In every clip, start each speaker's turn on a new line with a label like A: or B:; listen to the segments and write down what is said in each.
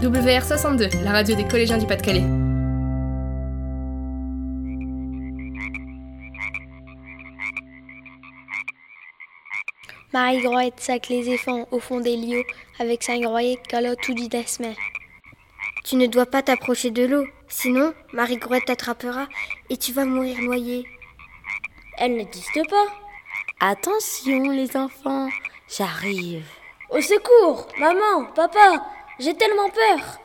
A: WR62, la radio des collégiens du Pas-de-Calais.
B: Marie Groette sac les éléphants au fond des lieux avec sa groyée calotte tout dit d'asmer.
C: Tu ne dois pas t'approcher de l'eau, sinon Marie Groette t'attrapera et tu vas mourir noyée.
D: Elle n'existe pas.
E: Attention les enfants, j'arrive.
D: Au secours, maman, papa, j'ai tellement peur.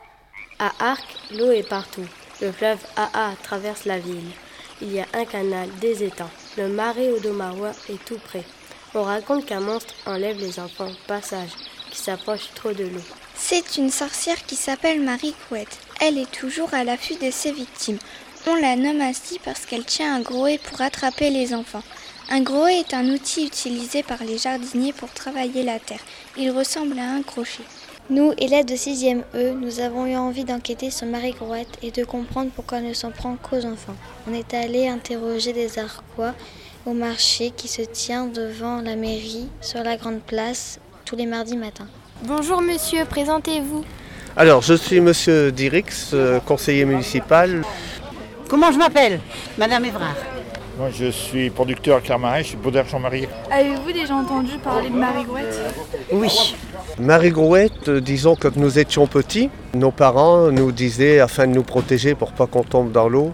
F: À Arc, l'eau est partout. Le fleuve AA traverse la ville. Il y a un canal, des étangs. Le marais Odomarois est tout près. On raconte qu'un monstre enlève les enfants passage qui s'approchent trop de l'eau.
G: C'est une sorcière qui s'appelle Marie Couette. Elle est toujours à l'affût de ses victimes. On la nomme ainsi parce qu'elle tient un groet pour attraper les enfants. Un groet est un outil utilisé par les jardiniers pour travailler la terre. Il ressemble à un crochet.
H: Nous, élèves de 6e E, nous avons eu envie d'enquêter sur Marie Grouette et de comprendre pourquoi elle ne s'en prend qu'aux enfants. On est allé interroger des Arquois au marché qui se tient devant la mairie sur la grande place tous les mardis matins.
I: Bonjour monsieur, présentez-vous.
J: Alors, je suis monsieur Dirix, euh, conseiller municipal.
K: Comment je m'appelle Madame Évrard.
L: Moi, je suis producteur à Clermarais, je suis beau-d'argent Jean-Marie.
M: Avez-vous déjà entendu parler de Marie Grouette
K: Oui.
J: Marie Grouette, euh, disons que nous étions petits, nos parents nous disaient, afin de nous protéger pour pas qu'on tombe dans l'eau,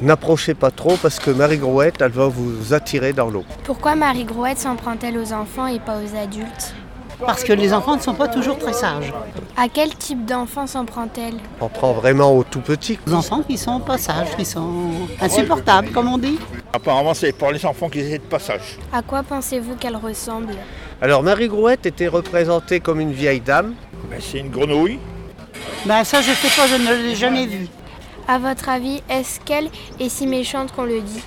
J: n'approchez pas trop parce que Marie Grouette, elle va vous attirer dans l'eau.
I: Pourquoi Marie Grouette s'en prend-elle aux enfants et pas aux adultes
K: parce que les enfants ne sont pas toujours très sages.
I: À quel type d'enfants s'en prend-elle
J: On prend vraiment aux tout petits.
K: Les enfants qui sont pas sages, qui sont insupportables, comme on dit.
L: Apparemment, c'est pour les enfants qui étaient de passage.
I: À quoi pensez-vous qu'elle ressemble
J: Alors, Marie Grouette était représentée comme une vieille dame.
L: Ben, c'est une grenouille.
K: Ben, ça, je sais pas, je ne l'ai jamais vue.
I: À votre avis, est-ce qu'elle est si méchante qu'on le dit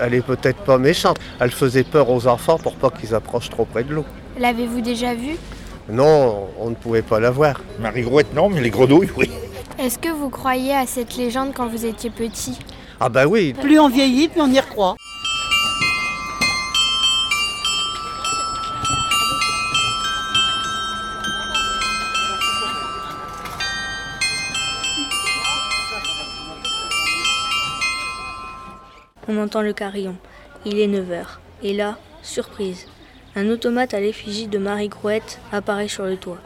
J: Elle est peut-être pas méchante. Elle faisait peur aux enfants pour pas qu'ils approchent trop près de l'eau.
I: L'avez-vous déjà vue
J: Non, on ne pouvait pas la voir.
L: Marie Grouette, non, mais les grenouilles, oui.
I: Est-ce que vous croyez à cette légende quand vous étiez petit
J: Ah bah oui.
K: Plus on vieillit, plus on y recroit.
N: On entend le carillon. Il est 9h. Et là, surprise, un automate à l'effigie de Marie Grouette apparaît sur le toit.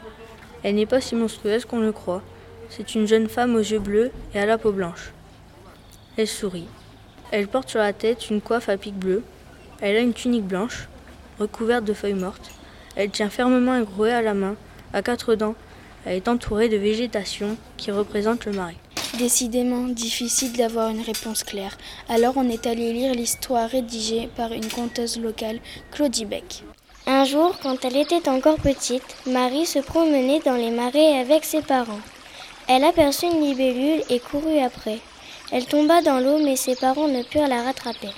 N: Elle n'est pas si monstrueuse qu'on le croit. C'est une jeune femme aux yeux bleus et à la peau blanche. Elle sourit. Elle porte sur la tête une coiffe à pic bleu. Elle a une tunique blanche, recouverte de feuilles mortes. Elle tient fermement un grouet à la main, à quatre dents. Elle est entourée de végétation qui représente le marais.
O: Décidément, difficile d'avoir une réponse claire. Alors on est allé lire l'histoire rédigée par une conteuse locale, Claudie Beck.
P: Un jour, quand elle était encore petite, Marie se promenait dans les marais avec ses parents. Elle aperçut une libellule et courut après. Elle tomba dans l'eau, mais ses parents ne purent la rattraper.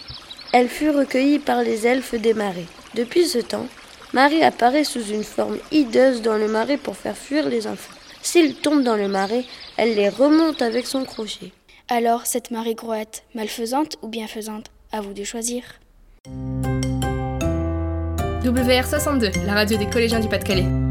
Q: Elle fut recueillie par les elfes des marais. Depuis ce temps, Marie apparaît sous une forme hideuse dans le marais pour faire fuir les enfants. S'ils tombent dans le marais, elle les remonte avec son crochet.
O: Alors, cette Marie Grouette, malfaisante ou bienfaisante À vous de choisir.
A: WR62, la radio des collégiens du Pas-de-Calais.